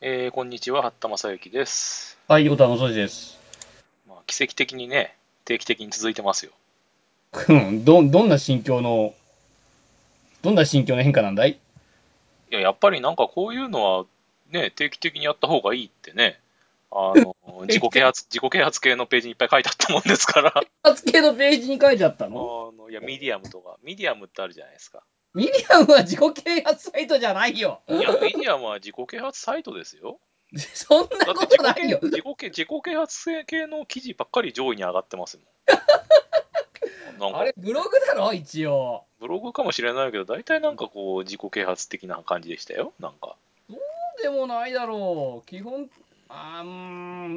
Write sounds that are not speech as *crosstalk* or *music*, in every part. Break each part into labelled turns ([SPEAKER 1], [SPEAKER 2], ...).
[SPEAKER 1] えーこんにちは、八田正幸です。
[SPEAKER 2] はい、小田のじです。
[SPEAKER 1] まあ、奇跡的にね、定期的に続いてますよ。
[SPEAKER 2] うん、ど、どんな心境の、どんな心境の変化なんだい
[SPEAKER 1] いや、やっぱりなんかこういうのは、ね、定期的にやった方がいいってね、あ
[SPEAKER 2] *laughs*
[SPEAKER 1] の、自己啓発、自己啓発系のページにいっぱい書いてあったもんです
[SPEAKER 2] *laughs*
[SPEAKER 1] から、あ
[SPEAKER 2] 初系のページに書いてあったの
[SPEAKER 1] の、いや、ミディアムとか、ミディアムってあるじゃないですか。
[SPEAKER 2] ミディアムは自己啓発サイトじゃないよ。
[SPEAKER 1] いや、ミディアムは自己啓発サイトですよ。
[SPEAKER 2] *laughs* そん
[SPEAKER 1] だ
[SPEAKER 2] な
[SPEAKER 1] って
[SPEAKER 2] ことない
[SPEAKER 1] 自己
[SPEAKER 2] よ
[SPEAKER 1] 啓。自己啓自己啓発系の記事ばっかり上位に上がってます
[SPEAKER 2] *laughs*
[SPEAKER 1] もん。な
[SPEAKER 2] あ
[SPEAKER 1] んか
[SPEAKER 2] れ、ブログだろ、一応。
[SPEAKER 1] ブログかもしれないけど、大体なんかこう、自己啓発的な感じでしたよ、なんか。
[SPEAKER 2] でもないだろう。基本、あーうー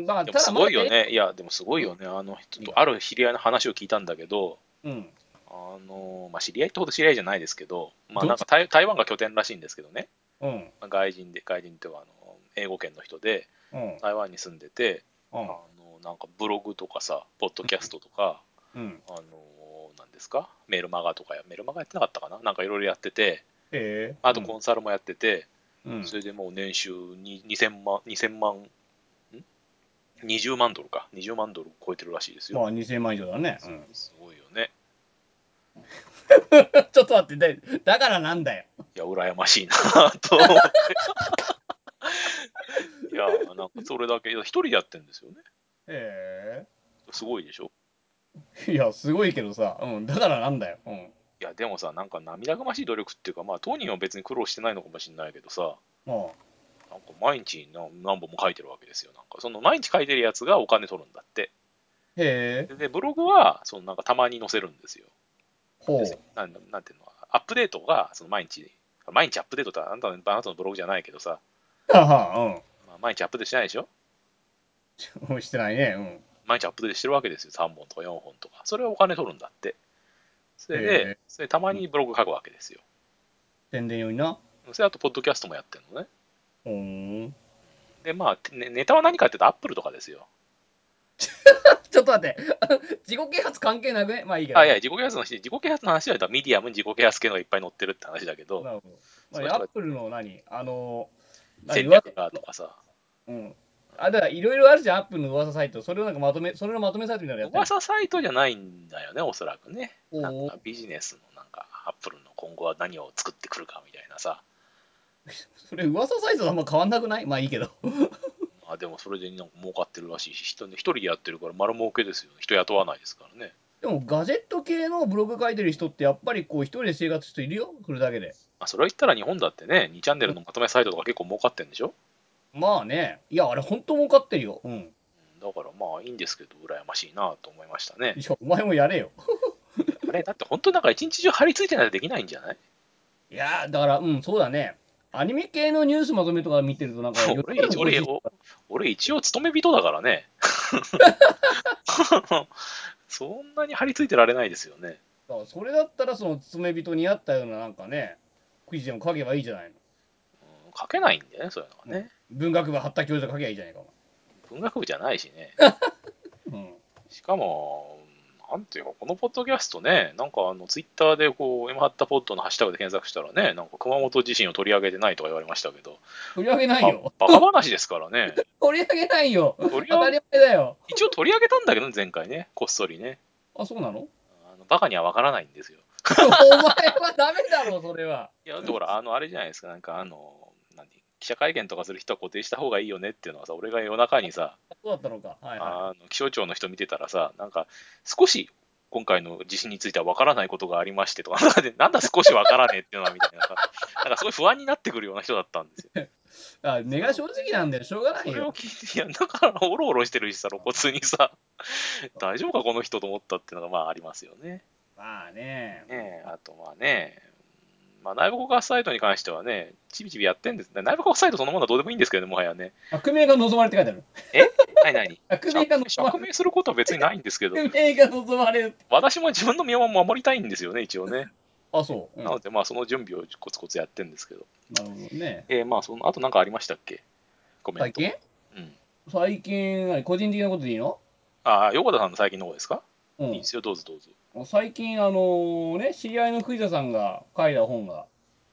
[SPEAKER 2] ん、まあ、
[SPEAKER 1] でも
[SPEAKER 2] ただ
[SPEAKER 1] すごいよ。ね。いや、でもすごいよね。あの、ちょっとある知り合いの話を聞いたんだけど、
[SPEAKER 2] まだね
[SPEAKER 1] あの、まあ、知り合いってほど知り合いじゃないですけど、まあ、
[SPEAKER 2] ど
[SPEAKER 1] なんか台台湾が拠点らしいんですけどね。
[SPEAKER 2] うん、うん、
[SPEAKER 1] まあ外人で、外人ってはあの、英語圏の人で、
[SPEAKER 2] うん、
[SPEAKER 1] 台湾に住んでて、
[SPEAKER 2] う
[SPEAKER 1] あの、なんかブログとかさ、ポッドキャストと
[SPEAKER 2] *laughs*
[SPEAKER 1] か、
[SPEAKER 2] ん、うん。
[SPEAKER 1] あの、なんですか、メルマガとかや、メルマガやってなかったかななんかいろいろやってて、
[SPEAKER 2] ええ
[SPEAKER 1] あとコンサルもやってて、
[SPEAKER 2] うん、
[SPEAKER 1] それでもう年収に2000万、2000万、ん ?20 万ドルか。20万ドル超えてるらしいですよ。
[SPEAKER 2] まあ、2000万以上だね。うん、
[SPEAKER 1] すごいよね。
[SPEAKER 2] ちょっと待って、だだからなんだよ。
[SPEAKER 1] いや、羨ましいなと
[SPEAKER 2] *laughs*
[SPEAKER 1] 思って。いや、なんかそれだけ、いや一人でやってるんですよね。
[SPEAKER 2] え
[SPEAKER 1] すごいでしょ。
[SPEAKER 2] えいや、すごいけどさ、うん、だからなんだよ。うん。
[SPEAKER 1] いや、でもさ、なんか涙ぐましい努力っていうか、まあ、当人は別に苦労してないのかもしれないけどさ、
[SPEAKER 2] まあ、
[SPEAKER 1] なんか毎日何何本も書いてるわけですよ。なんか、その毎日書いてるやつがお金取るんだって。
[SPEAKER 2] へえ、
[SPEAKER 1] で、ブログは、そのなんかたまに載せるんですよ。
[SPEAKER 2] ほう。
[SPEAKER 1] なんなんていうのアップデートが、その毎日、毎日アップデートってあなたのあなたのブログじゃないけどさ、
[SPEAKER 2] はは、
[SPEAKER 1] まあ、毎日アップデートしないでしょ
[SPEAKER 2] うん。 *laughs* してないね、うん。
[SPEAKER 1] 毎日アップデートしてるわけですよ。3本とか4本とか。それはお金取るんだって。それで、
[SPEAKER 2] へえ
[SPEAKER 1] それたまにブログ書くわけですよ。
[SPEAKER 2] 宣伝用にな。
[SPEAKER 1] それあと、ポッドキャストもやってるのね。
[SPEAKER 2] ほーん。
[SPEAKER 1] で、まあ、ねネタは何かって言うと、アップルとかですよ。
[SPEAKER 2] ちょっと待って。 *laughs* 自己啓発関係なくねまあいいけど。
[SPEAKER 1] あ、いや、自己啓発の話、自己啓発の話は、ミディアムに自己啓発系のがいっぱい載ってるって話だけど、
[SPEAKER 2] なるほど。
[SPEAKER 1] そう
[SPEAKER 2] まあ、アップルの何あの、
[SPEAKER 1] 戦
[SPEAKER 2] 噂
[SPEAKER 1] 略がとかさ。
[SPEAKER 2] うん。あ、だからいろいろあるじゃん、アップルの噂サイト。それをなんかまとめ、それのまとめサイトみたいなのやってる
[SPEAKER 1] 噂サイトじゃないんだよね、おそらくね。
[SPEAKER 2] おー
[SPEAKER 1] なんかビジネスのなんか、アップルの今後は何を作ってくるかみたいなさ。
[SPEAKER 2] それ噂サイトとあんま変わんなくないまあいいけど。
[SPEAKER 1] あでもそれでなんか儲かってるらしいし、人一人でやってるから丸儲けですよね。人雇わないですからね。
[SPEAKER 2] でもガジェット系のブログ書いてる人ってやっぱりこう一人で生活してる人いるよ、それだけで。
[SPEAKER 1] まあ、それを言ったら日本だってね、2チャンネルのまとめサイトとか結構儲かってんでしょ
[SPEAKER 2] まあね。いや、あれ本当儲かってるよ。うん。
[SPEAKER 1] だからまあいいんですけど、羨ましいなと思いましたね
[SPEAKER 2] い。や、お前もやれよ。
[SPEAKER 1] あれ、だって本当なんか一日中張り付いてないとできないんじゃない、
[SPEAKER 2] いやーだから、うん、そうだね。アニメ系のニュースまとめとか見てると、なんか
[SPEAKER 1] 俺一俺お俺一応勤め人だからね。 *laughs* そんなに張り付いてられないですよね。
[SPEAKER 2] それだったら、その、勤め人にあったような、なんかね、記事でも書けばいいじゃない
[SPEAKER 1] う
[SPEAKER 2] の。
[SPEAKER 1] ん書けないんだよね、そういうのがね。
[SPEAKER 2] 文学部、八田教授が書けばいいじゃないか。
[SPEAKER 1] 文学部じゃないしね。
[SPEAKER 2] お前うん。
[SPEAKER 1] しかも、なんていうか、このポッドキャストね、なんかあのツイッターでこう、M ハッタポッドのハッシュタグで検索したらね、なんか熊本地震を取り上げてないとか言われましたけど、
[SPEAKER 2] 取り上げないよ。
[SPEAKER 1] バカ話ですからね、
[SPEAKER 2] 取り上げないよ。
[SPEAKER 1] 取り
[SPEAKER 2] 当
[SPEAKER 1] 上
[SPEAKER 2] た
[SPEAKER 1] げ
[SPEAKER 2] り前だよ。
[SPEAKER 1] 一応取り上げたんだけどね、前回ね、こっそりね。
[SPEAKER 2] あ、そう
[SPEAKER 1] *laughs*
[SPEAKER 2] なの
[SPEAKER 1] あのバカにはわからないんですよ。
[SPEAKER 2] お前はダメだろ、それは。
[SPEAKER 1] いや、だってほら、あの、あれじゃないですか、なんかあの、何記者会見とかする人は固定した方がいいよねっていうのはさ、俺が夜中にさ、
[SPEAKER 2] そうだったのか。はい
[SPEAKER 1] あ
[SPEAKER 2] は
[SPEAKER 1] の気象庁の人見てたらさ、なんか少し今回の地震については分からないことがありましてとか、なんか *laughs* でなんだ少し分からねえっていうのはみたいな、なんかなんかすごい不安になってくるような人だったんですよ。
[SPEAKER 2] い。あ根が正直なんだよ。しょうがない
[SPEAKER 1] それ
[SPEAKER 2] よ
[SPEAKER 1] を。聞いて、いや、だからおろおろしてるしさ、露骨にさ、大丈夫か、この人と思ったっていうのがまあありますよね。
[SPEAKER 2] まあね。
[SPEAKER 1] ねえあとまあね、まあ、内部告発サイトに関してはね、ちびちびやってんですね。内部告発サイトそのものはどうでもいいんですけどね、もはやね。
[SPEAKER 2] 悪名が望まれって書いてある。
[SPEAKER 1] 何何
[SPEAKER 2] 悪名が望ま
[SPEAKER 1] 釈
[SPEAKER 2] れ。
[SPEAKER 1] 明することは別にないんですけど、
[SPEAKER 2] *laughs* 悪名が望まれる。
[SPEAKER 1] 私も自分の身を守りたいんですよね、一応ね。
[SPEAKER 2] あ、そう。うん
[SPEAKER 1] なので、まあ、その準備をコツコツやってんですけど。
[SPEAKER 2] なるほどね。
[SPEAKER 1] えーまあ、その、あとなんかありましたっけコメン
[SPEAKER 2] 最
[SPEAKER 1] ト。
[SPEAKER 2] 近
[SPEAKER 1] うん。
[SPEAKER 2] 最近、何個人的なことでいいの、
[SPEAKER 1] ああ、横田さんの最近の方ですか、
[SPEAKER 2] う
[SPEAKER 1] いいですよ、どうぞどうぞ。
[SPEAKER 2] ん、最近、あのね、知り合いの藤田さんが書いた本が、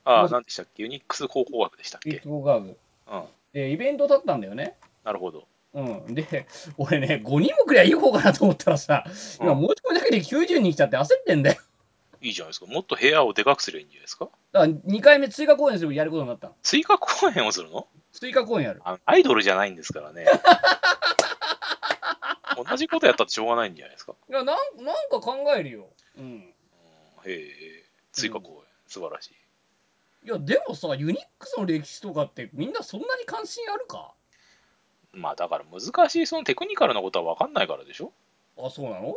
[SPEAKER 1] あ
[SPEAKER 2] ど
[SPEAKER 1] あ、
[SPEAKER 2] うぞ
[SPEAKER 1] なんでしたっけユニックス考古学でしたっ
[SPEAKER 2] ビッ
[SPEAKER 1] け
[SPEAKER 2] グ工学。
[SPEAKER 1] うん。
[SPEAKER 2] でイベントだったんだよね。
[SPEAKER 1] なるほど。
[SPEAKER 2] うん、で、 *laughs* 俺ね、5人もくりゃいい方かなと思ったらさ、今、
[SPEAKER 1] う
[SPEAKER 2] 申
[SPEAKER 1] ん
[SPEAKER 2] し込みだけで90人来ちゃって焦ってんだよ。
[SPEAKER 1] いいじゃないですか。もっと部屋をでかくすればいいんじゃないですか。
[SPEAKER 2] だから2回目追加公演するやることになったの。
[SPEAKER 1] 追加公演をするの
[SPEAKER 2] 追加公演やる。
[SPEAKER 1] あアイドルじゃないんですから
[SPEAKER 2] *laughs*
[SPEAKER 1] ね。同じことやったってしょうがないんじゃないですか。
[SPEAKER 2] いやなんなんか考えるよ。うん。
[SPEAKER 1] うん、へえ、追加公演、素晴らしい。
[SPEAKER 2] いや、でもさ、ユニックスの歴史とかってみんなそんなに関心あるか
[SPEAKER 1] まあだから難しい、そのテクニカルなことは分かんないからでしょ
[SPEAKER 2] あ、そうなの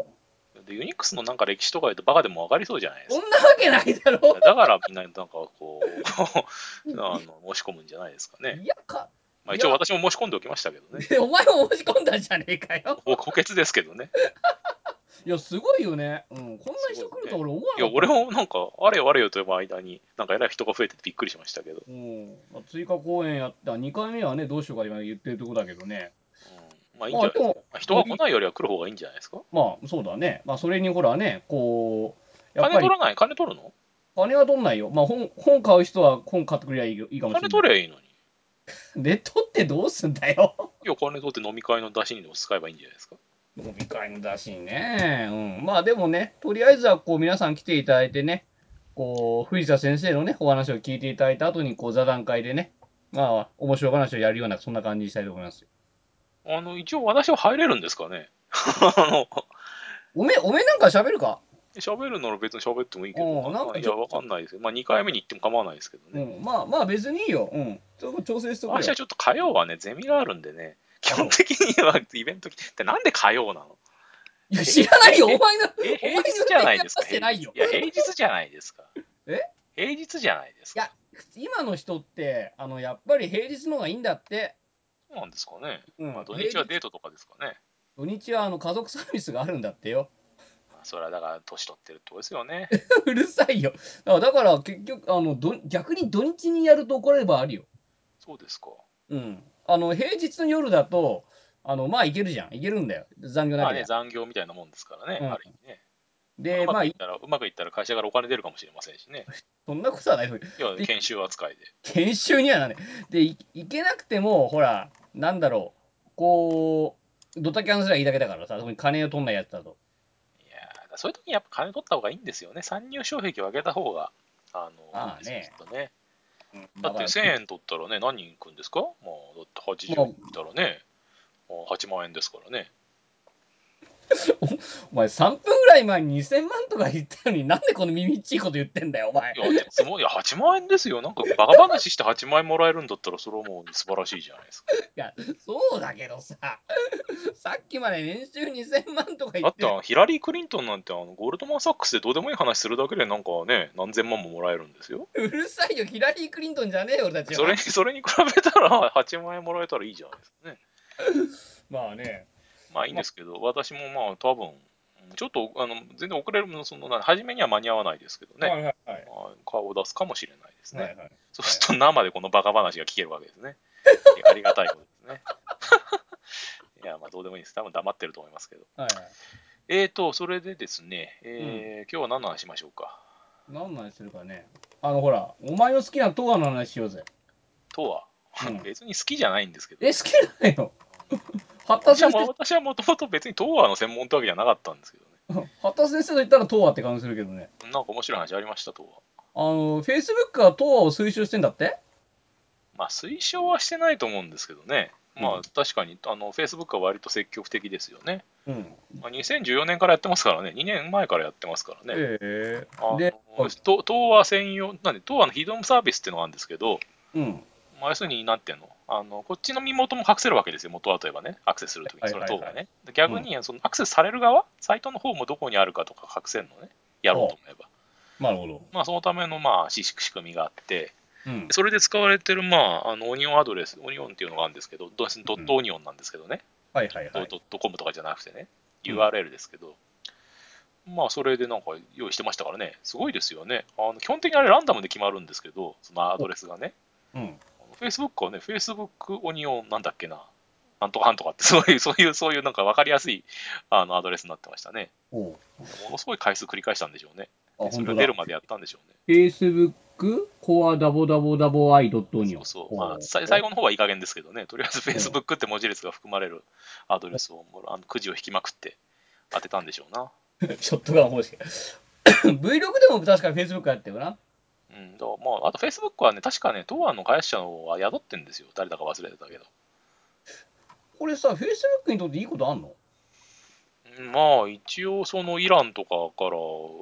[SPEAKER 1] でユニックスのなんか歴史とか言うとバカでも分かりそうじゃないです
[SPEAKER 2] そん
[SPEAKER 1] か。
[SPEAKER 2] なわけないだろ。
[SPEAKER 1] だからみんななんかこう、 *laughs* あの申し込むんじゃないですか *laughs* ね。
[SPEAKER 2] いやか、
[SPEAKER 1] まあ
[SPEAKER 2] い
[SPEAKER 1] 一
[SPEAKER 2] や
[SPEAKER 1] 応私も申し込んでおきましたけどね。
[SPEAKER 2] *laughs* でお前も申し込んだんじゃねえかよ。
[SPEAKER 1] 補欠ですけどね。
[SPEAKER 2] いや、すごいよね。うん、こんな人来ると俺思わ
[SPEAKER 1] いや、
[SPEAKER 2] なかった。
[SPEAKER 1] 俺もなんか、あれよあれよという間に、なんかえらい人が増えててびっくりしましたけど。
[SPEAKER 2] うん、まあ追加公演やった2回目はねどうしようか今言ってるとこだけどね
[SPEAKER 1] うん、まあいいんじゃないですか
[SPEAKER 2] あでも。
[SPEAKER 1] まあ人が来ないよりは来る方がいいんじゃないですか。
[SPEAKER 2] まあそうだねまあそれにほらねこうやっ
[SPEAKER 1] 金
[SPEAKER 2] ぱ
[SPEAKER 1] 取
[SPEAKER 2] り
[SPEAKER 1] らない金取るの
[SPEAKER 2] 金は取んないよまあ本本買う人は本買ってくれりゃいいいいかも
[SPEAKER 1] 金
[SPEAKER 2] しれない
[SPEAKER 1] 取ればいいのに。
[SPEAKER 2] で取ってどうすんだよ
[SPEAKER 1] いや、金取って飲み会の出しにでも使えばいいんじゃないですか。
[SPEAKER 2] 飲み会の出しにねうんまあでもねとりあえずはこう皆さん来ていただいてねこう藤田先生のねお話を聞いていただいた後にこう座談会でねまあ面白い話をやるようなそんな感じにしたいと思いますよ
[SPEAKER 1] あの、一応私は入れるんですかね。 *laughs* あの、
[SPEAKER 2] おめおめなんか喋るか
[SPEAKER 1] 喋るなら別に喋ってもいいけど、
[SPEAKER 2] うんなんか
[SPEAKER 1] い
[SPEAKER 2] ち
[SPEAKER 1] や、
[SPEAKER 2] ょ
[SPEAKER 1] わかんないですけど、まあ2回目に行っても構わないですけど
[SPEAKER 2] う
[SPEAKER 1] ね。
[SPEAKER 2] ん、まあまあ別にいいよ。うん。ちょっと調整しとく
[SPEAKER 1] 私は
[SPEAKER 2] よ。
[SPEAKER 1] ちょっと火曜はね、ゼミがあるんでね、基本的にはイベント来て、なんで火曜なの
[SPEAKER 2] いや、知らないよ。お前の、
[SPEAKER 1] え
[SPEAKER 2] お前
[SPEAKER 1] 平
[SPEAKER 2] の
[SPEAKER 1] 日じゃないですか。
[SPEAKER 2] 出してないよ。い
[SPEAKER 1] や、平日じゃないですか。
[SPEAKER 2] え
[SPEAKER 1] 平日じゃないです
[SPEAKER 2] や
[SPEAKER 1] か。、
[SPEAKER 2] 今の人って、あの、やっぱり平日の方がいいんだって。
[SPEAKER 1] そうなんですかね。
[SPEAKER 2] うん
[SPEAKER 1] まあ、土日は
[SPEAKER 2] 平
[SPEAKER 1] デートとかですかね。
[SPEAKER 2] 土日はあの家族サービスがあるんだってよ。
[SPEAKER 1] まあ、それはだから、年取ってるってことですよ
[SPEAKER 2] *laughs*
[SPEAKER 1] ね。
[SPEAKER 2] うるさいよ。だからだから結局、あのど、逆に土日にやると怒られればあるよ。
[SPEAKER 1] そうですか。
[SPEAKER 2] うん。あの、平日の夜だと、あの、まあ、いけるじゃん。いけるんだよ。残業な
[SPEAKER 1] まあ
[SPEAKER 2] きゃ
[SPEAKER 1] ね、。残業みたいなもんですからね、
[SPEAKER 2] うん
[SPEAKER 1] ある意味ね。
[SPEAKER 2] で、
[SPEAKER 1] うま
[SPEAKER 2] まあ
[SPEAKER 1] くいっ、たら、うまくいったら会社からお金出るかもしれませんし
[SPEAKER 2] *laughs*
[SPEAKER 1] ね。
[SPEAKER 2] そんなことはない。
[SPEAKER 1] 要は研修扱いで。
[SPEAKER 2] 研修にはなんねでい行けなくてもほらなんだろうこうドタキャンすりゃいいだけだからさ特に金を取んないやつだと
[SPEAKER 1] いやーだからそういう時にやっぱ金取った方がいいんですよね。参入障壁を上げた方が、あの、
[SPEAKER 2] まあね
[SPEAKER 1] いいですよきっとね。だ
[SPEAKER 2] だ
[SPEAKER 1] っ
[SPEAKER 2] か
[SPEAKER 1] て
[SPEAKER 2] ら
[SPEAKER 1] 1000円取ったらね、何人行くんですかまあ、だって80
[SPEAKER 2] まあ
[SPEAKER 1] 人いたらね、まあ8万円ですからね。
[SPEAKER 2] お前3分ぐらい前に2000万とか言ったのになんでこの耳っちいこと言ってんだよお前
[SPEAKER 1] いや、でもすごい、いや8万円ですよ。なんか、バカ話して8万円もらえるんだったら、それはもう素晴らしいじゃないですか。
[SPEAKER 2] そうだけどささっきまで年収2000万とか言
[SPEAKER 1] だっ
[SPEAKER 2] って
[SPEAKER 1] て、ヒラリー・クリントンなんて、あのゴールドマン・サックスでどうでもいい話するだけで、なんかね、何千万ももらえるんですよ。
[SPEAKER 2] *laughs* うるさいよヒラリー・クリントンじゃねえよ俺たちは
[SPEAKER 1] それに、それに比べたら、8万円もらえたらいいじゃないですかね。
[SPEAKER 2] まあね
[SPEAKER 1] まあいいんですけど、私もまあ、多分ちょっと、あの、全然遅れるの、その、な初めには間に合わないですけどね。
[SPEAKER 2] はいはいは
[SPEAKER 1] ま
[SPEAKER 2] い
[SPEAKER 1] あ顔を出すかもしれないですね。
[SPEAKER 2] はいはい
[SPEAKER 1] そうすると生でこのバカ話が聞けるわけです
[SPEAKER 2] *laughs*
[SPEAKER 1] ね。ありがたいことですね。 *laughs* いや、まあどうでもいいです。多分黙ってると思いますけど。
[SPEAKER 2] はいはい
[SPEAKER 1] えーと、それでですね、えー今日は何の話しましょうか。
[SPEAKER 2] 何なんするかねあのほらお前の好きな東亜の話しようぜ
[SPEAKER 1] とは、
[SPEAKER 2] うん
[SPEAKER 1] 別に好きじゃないんですけど、
[SPEAKER 2] え好きじゃないの *laughs* 八田
[SPEAKER 1] 私は
[SPEAKER 2] 先
[SPEAKER 1] も
[SPEAKER 2] 生
[SPEAKER 1] 私はもともと別に東亜の専門ってわけじゃなかったんですけどね。
[SPEAKER 2] 八田先生と言ったら東亜って感じするけどね
[SPEAKER 1] なんか面白い話ありました、東亜。
[SPEAKER 2] あのフェイスブックが東亜を推奨してんだって
[SPEAKER 1] まあ推奨はしてないと思うんですけどね。
[SPEAKER 2] う
[SPEAKER 1] ま
[SPEAKER 2] ん
[SPEAKER 1] あ確かに、あの、Facebook は割と積極的ですよね。
[SPEAKER 2] うん
[SPEAKER 1] まあ、2014年からやってますからね。2年前からやってますからね。
[SPEAKER 2] ええ
[SPEAKER 1] あの
[SPEAKER 2] で
[SPEAKER 1] 東東亜専用、なんで、東亜のヒドムサービスっていうのがあるんですけど、
[SPEAKER 2] うん
[SPEAKER 1] まあ、要するに、なんていうのあの、こっちの身元も隠せるわけですよ、元はといえばね、アクセスするときに、
[SPEAKER 2] はい
[SPEAKER 1] そ
[SPEAKER 2] はい
[SPEAKER 1] れ
[SPEAKER 2] はい
[SPEAKER 1] 東亜ね。で逆に、そのアクセスされる側、サイトの方もどこにあるかとか隠せるのね、やろうと思えば。
[SPEAKER 2] なるほど
[SPEAKER 1] まあ、そのための、まあ、し仕組みがあって、
[SPEAKER 2] うん
[SPEAKER 1] それで使われてる、まあ、あのオニオンアドレス、オニオンっていうのがあるんですけど、ドドットオニオンなんですけどね、
[SPEAKER 2] はいはいはい
[SPEAKER 1] ドットコムとかじゃなくてね、
[SPEAKER 2] うん
[SPEAKER 1] URL ですけど、まあ、それでなんか用意してましたからね、すごいですよね。あの基本的にあれ、ランダムで決まるんですけど、そのアドレスがね、
[SPEAKER 2] うん
[SPEAKER 1] あの Facebook はね、Facebook オニオンなんだっけな、なんとかなんとかって、そういう、そういう、そういうなんか分かりやすいあのアドレスになってましたね。
[SPEAKER 2] おう
[SPEAKER 1] ものすごい回数繰り返したんでしょうね。
[SPEAKER 2] あ、
[SPEAKER 1] それ
[SPEAKER 2] 本当
[SPEAKER 1] が出
[SPEAKER 2] だ
[SPEAKER 1] る。までやったんでしょうね。
[SPEAKER 2] Facebook、コアダボダボダボアイドットオニオン。
[SPEAKER 1] そうそう。
[SPEAKER 2] ほ
[SPEAKER 1] まあ、さい最後の方はいい加減ですけどね、とりあえず Facebook って文字列が含まれるアドレスをもうあのくじを引きまくって当てたんでしょうな。
[SPEAKER 2] *laughs* ショットガン方式。Vlog でも確か Facebook やったよな。
[SPEAKER 1] うん、だからまあ、あと Facebook はね、確かね、東亜の開発者のは宿ってんですよ。誰だか忘れてたけど。
[SPEAKER 2] これさ、Facebook にとっていいことあんの
[SPEAKER 1] うんまあ、一応、そのイランとかから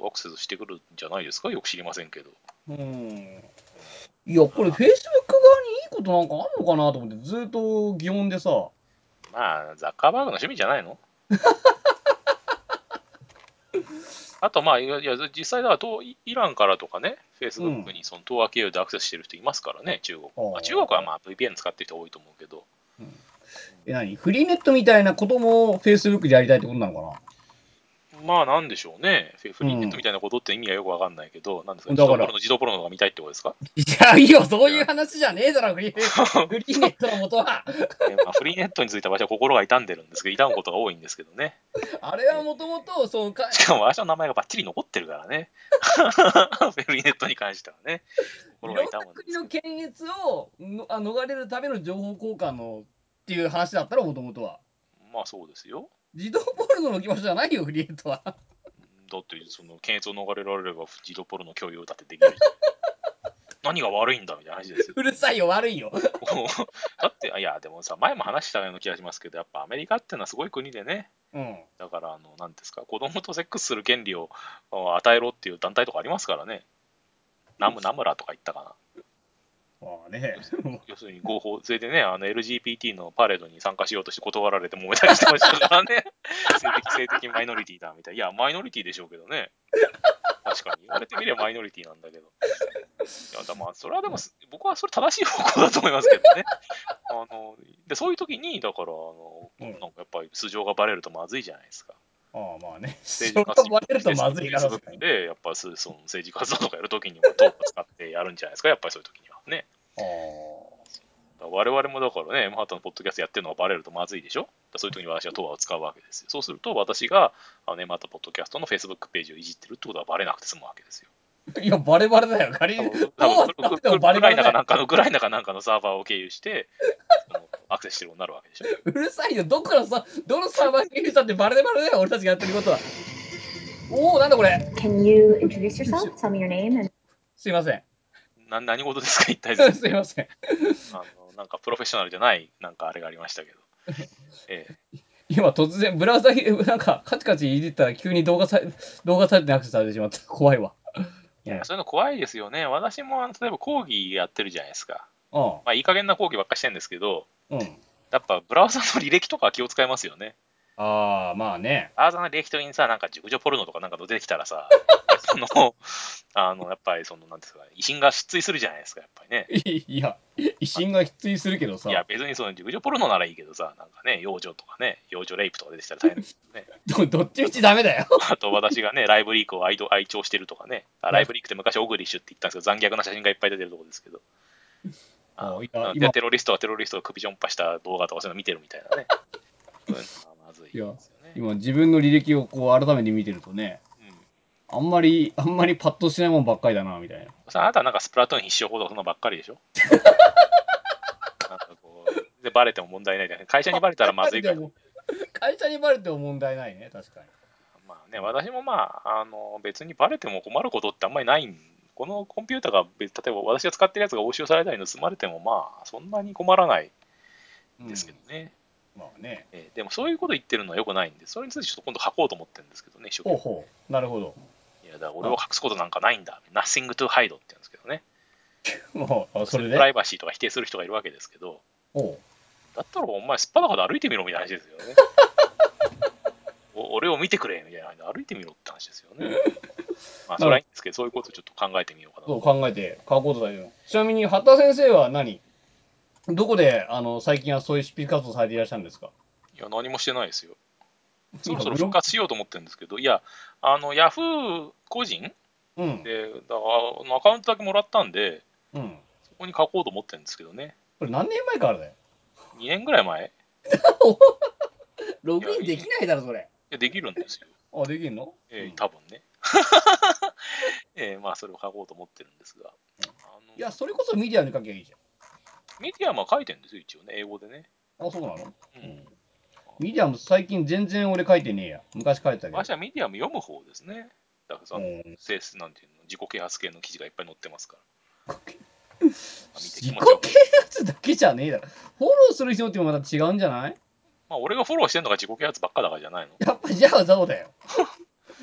[SPEAKER 1] アクセスしてくるんじゃないですか、よく知りませんけど。
[SPEAKER 2] うん。いや、これ Facebook 側にいいことなんかあんのかなと思って、ずっと疑問でさ。
[SPEAKER 1] まあ、ザッカーバーグの趣味じゃない
[SPEAKER 2] *laughs*
[SPEAKER 1] のあと、まあ、いや、いや実際だから東イ、イランからとかね、Facebook にその東亜経由でアクセスしてる人いますからね、中国。
[SPEAKER 2] あ
[SPEAKER 1] ま
[SPEAKER 2] あ
[SPEAKER 1] あ、中国はまあ VPN 使ってる人多いと思うけど、
[SPEAKER 2] え、何フリーネットみたいなことも Facebook でやりたいってことなのかな
[SPEAKER 1] まあ、なんでしょうね、フェフリーネッ
[SPEAKER 2] う
[SPEAKER 1] ト
[SPEAKER 2] ん
[SPEAKER 1] みたいなことって意味がよくわかんないけど、なんですか、
[SPEAKER 2] だ
[SPEAKER 1] 自
[SPEAKER 2] から
[SPEAKER 1] 動ポロの自動ポロのが見たいってことですか
[SPEAKER 2] いや、いいよ、そういう話じゃねえだろ、フリーネッ
[SPEAKER 1] *laughs*
[SPEAKER 2] ト。フリーネットの元は。
[SPEAKER 1] でまあ、フリーネットについては私は心が痛んでるんですけど、痛むことが多いんですけどね。 *laughs*
[SPEAKER 2] あれはもともと、そうか、
[SPEAKER 1] しかも私の名前がバッチリ残ってるからね。 *laughs* フェリーネットに関してはね。
[SPEAKER 2] い
[SPEAKER 1] 心
[SPEAKER 2] ろん
[SPEAKER 1] が
[SPEAKER 2] な
[SPEAKER 1] 痛むんで
[SPEAKER 2] 国
[SPEAKER 1] す
[SPEAKER 2] の
[SPEAKER 1] けど。
[SPEAKER 2] 検閲をのあ逃れるための情報交換のっていう話だったら、もともとは。
[SPEAKER 1] まあそうですよ。
[SPEAKER 2] 自動ポルノの場所じゃないよ、フリーネットは。 *laughs*
[SPEAKER 1] だって、その検閲を逃れられれば自動ポルの共有だってできるじ *laughs* ゃん何が悪いんだみたいな話ですよ。 *laughs*
[SPEAKER 2] うるさいよ、悪いよ。
[SPEAKER 1] だって、いや、でもさ、前も話したような気がしますけど、やっぱアメリカってのはすごい国でね、
[SPEAKER 2] うん。
[SPEAKER 1] だから、あの、なんですか、子供とセックスする権利をあ与えろっていう団体とかありますからね。ナムナムラとか言ったかな。
[SPEAKER 2] まあね。
[SPEAKER 1] 要するに合法、それでね、あの LGBT のパレードに参加しようとして断られて揉めたりしてましたからね、 *laughs* 性的性的マイノリティだみたいな、いや、マイノリティでしょうけどね、確かに、言われてみればマイノリティなんだけど、いや、だまあ、それはでも、僕はそれ正しい方向だと思いますけどね、あのでそういう時に、だからあの、
[SPEAKER 2] うん
[SPEAKER 1] なんかやっぱり素性がバレるとまずいじゃないですか。
[SPEAKER 2] ああ、まあね。それ
[SPEAKER 1] 政治活
[SPEAKER 2] がバ
[SPEAKER 1] 動
[SPEAKER 2] レるとまずいな、確かに。
[SPEAKER 1] で、やっぱりその政治活動とかやるときにも、トーク使ってやるんじゃないですか、やっぱりそういう時にはね。
[SPEAKER 2] ああ。
[SPEAKER 1] だから我々もだからね、マハタのポッドキャストやってるのがバレるとまずいでしょだからそういう時に私はトアを使うわけですよ。そうすると、私があのね、マハタポッドキャストの Facebook ページをいじってるってことはバレなくて済むわけですよ。
[SPEAKER 2] いや、バレバレだよ、仮
[SPEAKER 1] 多
[SPEAKER 2] に。
[SPEAKER 1] 分
[SPEAKER 2] ど
[SPEAKER 1] 多
[SPEAKER 2] う
[SPEAKER 1] 分
[SPEAKER 2] 使っ
[SPEAKER 1] ウ
[SPEAKER 2] ても
[SPEAKER 1] ク
[SPEAKER 2] バレ
[SPEAKER 1] ラ
[SPEAKER 2] バ
[SPEAKER 1] イナ
[SPEAKER 2] レだ
[SPEAKER 1] か
[SPEAKER 2] よ
[SPEAKER 1] なんかの、ウクライナかなんかのサーバーを経由して、そのアクセスしてるようになるわけでしょ。
[SPEAKER 2] うるさいよ、どこからさ、どのサーバーに入れたってバレバレだよ、俺たちがやってることは。おお、なんだこれ。
[SPEAKER 3] Can you introduce yourself? Tell me your name and
[SPEAKER 2] すいません。 *laughs*
[SPEAKER 1] な何事ですか、一体
[SPEAKER 2] すいません。
[SPEAKER 1] あのなんかプロフェッショナルじゃない、なんかあれがありましたけど。ええ
[SPEAKER 2] 今突然、ブラウザ、なんか、カチカチいじったら急に動画さ、動画サイトにアクセスされてしまった。怖いわ。
[SPEAKER 1] いや、そういうの怖いですよね。私もあの例えば講義やってるじゃないですか。
[SPEAKER 2] うん。
[SPEAKER 1] まあ、いい加減な講義ばっかりしてるんですけど、
[SPEAKER 2] うん。
[SPEAKER 1] やっぱブラウザの履歴とかは気を使いますよね。
[SPEAKER 2] ああ、まあね。
[SPEAKER 1] アーザの履歴とにさ、なんか熟女ポルノとかなんか出てきたらさ、その、あの、やっぱりその、なんですか、威信が失墜するじゃないですか、やっぱりね。
[SPEAKER 2] いいや、威信が必要するけどさ
[SPEAKER 1] い、や、別にその熟女ポルノならいいけどさ、なんかね、幼女とかね、幼女レイプとか出てきたら大変ですよね。
[SPEAKER 2] ど *laughs* どっちみちダメだよ。
[SPEAKER 1] *laughs* あと、私がね、ライブリークを愛ど愛聴してるとかね、あライブリークって昔オグリッシュって言ったんですけど、残虐な写真がいっぱい出てるとこですけど。あ
[SPEAKER 2] あいや
[SPEAKER 1] なん
[SPEAKER 2] 今
[SPEAKER 1] でテロリストはテロリストを首ジョンパした動画とかそういうの見てるみたいなね。そういうのはまずいですよね。
[SPEAKER 2] 今、自分の履歴をこう、改めて見てるとね、
[SPEAKER 1] うん
[SPEAKER 2] あんまり、あんまりパッとしないもんばっかりだな、みたいな。
[SPEAKER 1] さあなたはなんかスプラトゥーン必勝法とかそんなばっかり *laughs* でしょなんかこうでバレても問題ないじゃん会社にバレたらまずいから
[SPEAKER 2] でも会社にバレても問題ないね、確かに。
[SPEAKER 1] まあね私もまああの別にバレても困ることってあんまりないんこのコンピューターが別例えば私が使ってるやつが押収されたり盗まれてもまあそんなに困らない
[SPEAKER 2] うん
[SPEAKER 1] んですけどね、
[SPEAKER 2] まあね。
[SPEAKER 1] えーでもそういうこと言ってるのはよくないんでそれについてちょっと今度書こうと思ってるんですけどね一生
[SPEAKER 2] ほう
[SPEAKER 1] 懸
[SPEAKER 2] ほう。なるほど。 *laughs*
[SPEAKER 1] 命いやだから俺を隠すことなんかないんだ Nothing to hide って言うんですけどね
[SPEAKER 2] もうあそれ
[SPEAKER 1] プラ
[SPEAKER 2] で。
[SPEAKER 1] イバシーとか否定する人がいるわけですけど
[SPEAKER 2] おう
[SPEAKER 1] だったらお前すっぱだかで歩いてみろみたいな話ですよ *laughs* ね。お俺を見てくれみたいな話で歩いてみろって話ですよ *laughs* ね。まあそれはいいんですけど、そういうことをちょっと考えてみようか
[SPEAKER 2] そ
[SPEAKER 1] な
[SPEAKER 2] う。考えて書こうとされるの。ちなみに、畑先生は何どこで、あの、最近はそういう執筆活動されていらっしゃるんですか
[SPEAKER 1] いや、何もしてない *laughs* ですよ。そろそろ
[SPEAKER 2] いや
[SPEAKER 1] 復活しようと思ってるんですけど、いや、あの、ヤフー個人
[SPEAKER 2] うん。
[SPEAKER 1] で、だからあのアカウントだけもらったんで、
[SPEAKER 2] うん。
[SPEAKER 1] そこに書こうと思ってるんですけどね。
[SPEAKER 2] これ何年前からだよ。
[SPEAKER 1] 2年ぐらい前い
[SPEAKER 2] ログインできないだろ、それ。
[SPEAKER 1] やできるんですよ。
[SPEAKER 2] あ、できんの
[SPEAKER 1] え
[SPEAKER 2] う
[SPEAKER 1] ー、
[SPEAKER 2] ん
[SPEAKER 1] 多分ね。 *laughs* えーまあそれを書こうと思ってるんですが、あの
[SPEAKER 2] いや、それこそメディアに書きゃいいじ
[SPEAKER 1] メディアも書いてるんですよ、一応ね、英語でね。
[SPEAKER 2] ゃん。あ、そうなの
[SPEAKER 1] うん。
[SPEAKER 2] ミディアム最近全然俺書いてねえや。昔書いてたけど
[SPEAKER 1] 私。はメディアも読む方ですね。だからさ、
[SPEAKER 2] うん
[SPEAKER 1] 性質なんていうの、自己啓発系の記事がいっぱい載ってますから。まあ見て
[SPEAKER 2] 自
[SPEAKER 1] 気
[SPEAKER 2] 己
[SPEAKER 1] 持ちよく
[SPEAKER 2] 啓発だけじゃねえだろ。フォローする人ってまた違うんじゃない *laughs*
[SPEAKER 1] まあ、俺がフォローしてるのが自己啓発ばっかだからじゃないの
[SPEAKER 2] やっぱじゃあそうだよ。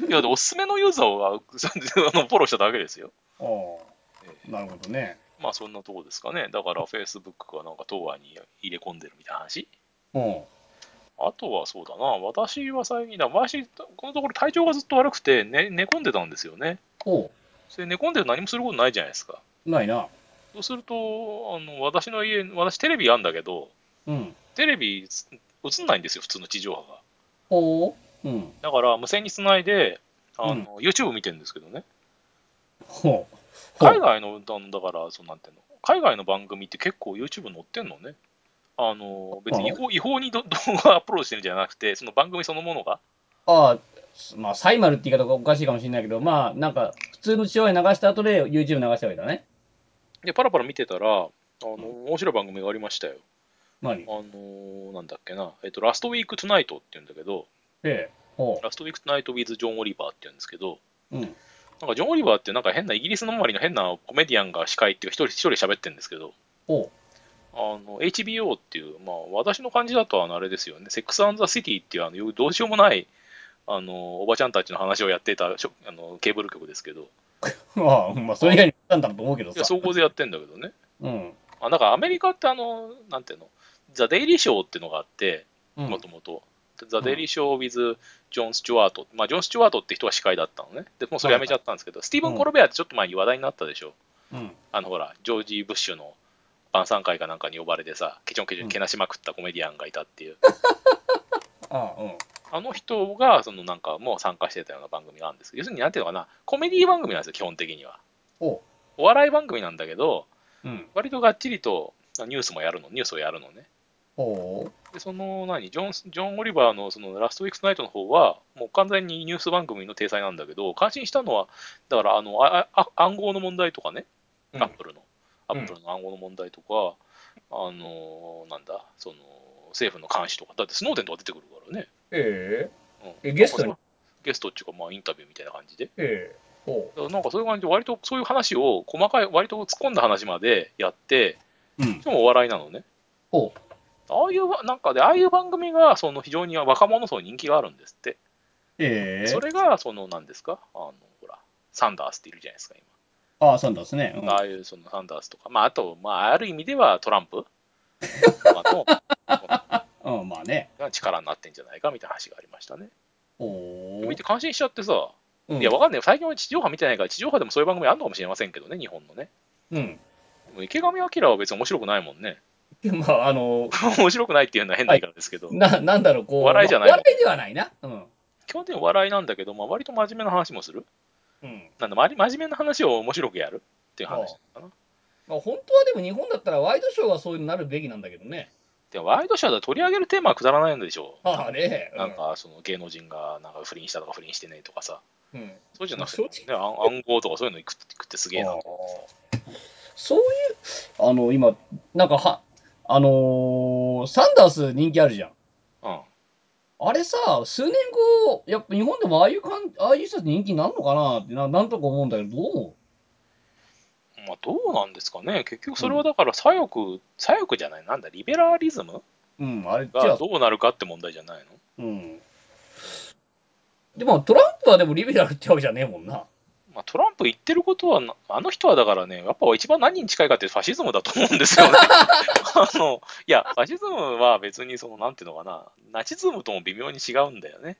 [SPEAKER 1] いや、でおすすめのユーザーをああのフォローしただけですよ。
[SPEAKER 2] ああ、なるほどね。
[SPEAKER 1] まあ、そんなとこですかね。だから、Facebook がなんか東亜に入れ込んでるみたいな話。
[SPEAKER 2] うん。
[SPEAKER 1] あとはそうだな、私は最近だ、私、このところ体調がずっと悪くて、ね、寝込んでたんですよね。
[SPEAKER 2] おう、
[SPEAKER 1] それ寝込んでると何もすることないじゃないですか。
[SPEAKER 2] ないな。
[SPEAKER 1] そうすると、あの私の家、私テレビあんだけど、
[SPEAKER 2] うん。
[SPEAKER 1] テレビつ映んないんですよ、普通の地上波が。
[SPEAKER 2] おう、うん。
[SPEAKER 1] だから、無線につないで、あの YouTube 見てるんですけどね。
[SPEAKER 2] ほう。ほ
[SPEAKER 1] 海
[SPEAKER 2] う。
[SPEAKER 1] 外の、あのだから、そうなんていうの、海外の番組って結構 YouTube 載ってんのね。あの別に違法違法にど *laughs* 動画アップロードしてるんじゃなくて、その番組そのものが、
[SPEAKER 2] ああ、まあ、サイマルって言い方がおかしいかもしれないけど、まあ、なんか、普通の地上絵流した後で YouTube 流したわけだね。
[SPEAKER 1] で、パラパラ見てたら、あの面白い番組がありましたよ。
[SPEAKER 2] 何
[SPEAKER 1] あのなんだっけな、えっと、ラストウィークトゥナイトっていうんだけど、
[SPEAKER 2] ええ。ほ
[SPEAKER 1] ラストウィークトゥナイト with ジョン・オリバーって言うんですけど、
[SPEAKER 2] う。うん。
[SPEAKER 1] なんかジョン・オリバーってなんか変なイギリスの周りの変なコメディアンが司会っていうか一人一人喋ってるんですけど、
[SPEAKER 2] ほう。
[SPEAKER 1] あの HBO っていう、まあ私の感じだとあのあれですよね、セックス・アンド・ザ・シティっていうあのどうしようもないあのおばちゃんたちの話をやってたしょあのケーブル局ですけど、
[SPEAKER 2] *laughs* ああ、まあ、それ以外にあったんだと思うけど
[SPEAKER 1] いや
[SPEAKER 2] さ。
[SPEAKER 1] 総合でやってんだけどね。
[SPEAKER 2] うん。
[SPEAKER 1] あなんかアメリカってあの、なんていうの、ザ・デイリー・ショーっていうのがあって、
[SPEAKER 2] うん
[SPEAKER 1] もともと。ザ・デイリー・ショー・ウィズ・ジョン・スチュワート。まあ、ジョン・スチュワートって人は司会だったのね。で、もうそれやめちゃったんですけど、スティーブン・コルベアってちょっと前に話題になったでしょ。
[SPEAKER 2] うん。
[SPEAKER 1] あの、ほら、ジョージ・ブッシュの晩餐会かなんかに呼ばれてさ、ケチョンケチョンけなしまくったコメディアンがいたっていう。
[SPEAKER 2] ああ、うん。
[SPEAKER 1] あの人が、そのなんかもう参加してたような番組があるんですけど、要するになんていうのかな、コメディ番組なんですよ、基本的には。
[SPEAKER 2] おう。
[SPEAKER 1] お笑い番組なんだけど、
[SPEAKER 2] うん。
[SPEAKER 1] 割とがっちりとニュースもやるの、ニュースをやるのね。
[SPEAKER 2] ほう。
[SPEAKER 1] で、その、何、ジョン、ジョン・オリバーの、その、ラストウィークスナイトの方は、もう完全にニュース番組の体裁なんだけど、感心したのは、だから、あの、ああ暗号の問題とかね、
[SPEAKER 2] うん
[SPEAKER 1] アップルの、アップルの暗号の問題とか、あの、なんだ、その、政府の監視とか、だってスノーデンとか出てくるからね。
[SPEAKER 2] え
[SPEAKER 1] うん、
[SPEAKER 2] えゲストに
[SPEAKER 1] ゲストっていうか、まあ、インタビューみたいな感じで。
[SPEAKER 2] えええほ
[SPEAKER 1] だからなんかそういう感じで、割とそういう話を、細かい、割と突っ込んだ話までやって、
[SPEAKER 2] う。うん
[SPEAKER 1] し。かもお笑いなのね。
[SPEAKER 2] ほ
[SPEAKER 1] ああいうば、なんかで、ああいう番組が、その非常に若者層に人気があるんですって。
[SPEAKER 2] う。ええ
[SPEAKER 1] それが、その、なんですか、あの、ほら、サンダースっているじゃないですか、
[SPEAKER 2] ああ、そうなんですね。うん
[SPEAKER 1] 今。ああいう、その、サンダースとか、まあ、あと、まあ、ある意味ではトラン
[SPEAKER 2] *laughs*
[SPEAKER 1] プまあと
[SPEAKER 2] うん、まあね。
[SPEAKER 1] が力になってんじゃないかみたいな話がありましたね。
[SPEAKER 2] ほ
[SPEAKER 1] 見て感心しちゃってさ、
[SPEAKER 2] う。
[SPEAKER 1] いや、わかんない。最近は地上波見てないから、地上波でもそういう番組あるのかもしれませんけどね、日本のね。
[SPEAKER 2] うん。
[SPEAKER 1] でも池上彰は別に面白くないもんね。 *laughs*
[SPEAKER 2] まあ、あの、
[SPEAKER 1] 面白くないっていうのは変な言い方ですけど、
[SPEAKER 2] な、なんだろう、こう。
[SPEAKER 1] 笑いじゃない
[SPEAKER 2] まあ笑いではないな。うん。
[SPEAKER 1] 基本的に笑いなんだけど、まあ、割と真面目な話もする。
[SPEAKER 2] うん。
[SPEAKER 1] なんだ、まり真面目な話を面白くやるっていう話なのかな。
[SPEAKER 2] まあ、本当はでも日本だったらワイドショーはそういうのなるべきなんだけどね。
[SPEAKER 1] でワイドショーで取り上げるテーマはくだらないんでしょう。
[SPEAKER 2] ああね。
[SPEAKER 1] なんかその芸能人がなんか不倫したとか不倫してねえとかさ、
[SPEAKER 2] うん、うん。
[SPEAKER 1] そうじゃなくて、
[SPEAKER 2] 正
[SPEAKER 1] ね、あん暗号とかそういうのいくっていくってすげえなと思ってさ。
[SPEAKER 2] そういう、あの、今、なんかは、あのーサンダース人気あるじゃん。
[SPEAKER 1] うん、
[SPEAKER 2] あれさ、数年後、やっぱ日本でもああいうかん、ああいう人たち人気になるのかなってな、なんとか思うんだけど、どう思
[SPEAKER 1] まあ、どうなんですかね、結局それはだから左翼、左翼じゃない、なんだ、リベラリズム
[SPEAKER 2] ううん、あれ、じゃ
[SPEAKER 1] が
[SPEAKER 2] あ
[SPEAKER 1] ど、うなるかって問題じゃないの
[SPEAKER 2] うん。でも、トランプはでもリベラルってわけじゃねえもんな。
[SPEAKER 1] まあ、トランプ言ってることはな、あの人はだからね、やっぱ一番何に近いかってファシズムだと思うんですよね。あのいや、ファシズムは別にその、なんていうのかな、ナチズムとも微妙に違うんだよね。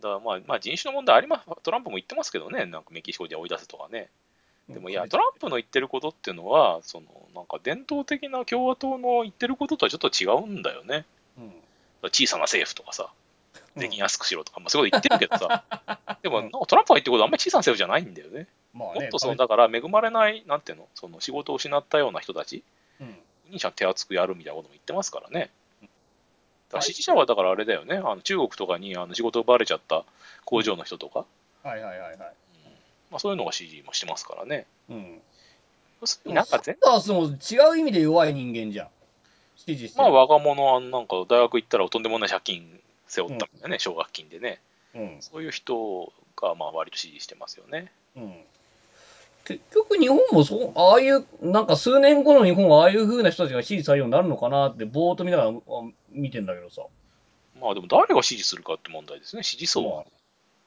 [SPEAKER 1] だからまあ、まあ、人種の問題あります、トランプも言ってますけどね、なんかメキシコで追い出せとかね。でもいや、トランプの言ってることっていうのは、そのなんか伝統的な共和党の言ってることとはちょっと違うんだよね。
[SPEAKER 2] うん、
[SPEAKER 1] 小さな政府とかさ、
[SPEAKER 2] うん
[SPEAKER 1] 税金安くしろとか、まあ、そういうこと言ってるけどさ、でもなんかトランプが言ってることはあんまり小さな政府じゃないんだよね。
[SPEAKER 2] まあ
[SPEAKER 1] もっ
[SPEAKER 2] ね、
[SPEAKER 1] とその、だから恵まれない、なんていうの、その仕事を失ったような人たち
[SPEAKER 2] うん、
[SPEAKER 1] にちゃんと手厚くやるみたいなことも言ってますからね。だから
[SPEAKER 2] はい
[SPEAKER 1] 支持者はだからあれだよね、あの中国とかにあの仕事奪われちゃった工場の人とか、
[SPEAKER 2] はいはいはいはい。
[SPEAKER 1] まあ、そういうのが CG もしてますからね。
[SPEAKER 2] うん。
[SPEAKER 1] そういうなんか全
[SPEAKER 2] サンダースも違う意味で弱い人間じゃん。支持して
[SPEAKER 1] ま
[SPEAKER 2] る。
[SPEAKER 1] あ、若者はなんか大学行ったらとんでもない借金背負ったみたいなね、奨学金でね、
[SPEAKER 2] うん。
[SPEAKER 1] そういう人がまあ割と支持してますよね。
[SPEAKER 2] うん。結局日本もそう、ああいう、なんか数年後の日本はああいう風な人たちが支持されるようになるのかなって、ぼーっと見ながらあ見てんだけどさ。
[SPEAKER 1] まあでも誰が支持するかって問題ですね、支持層は。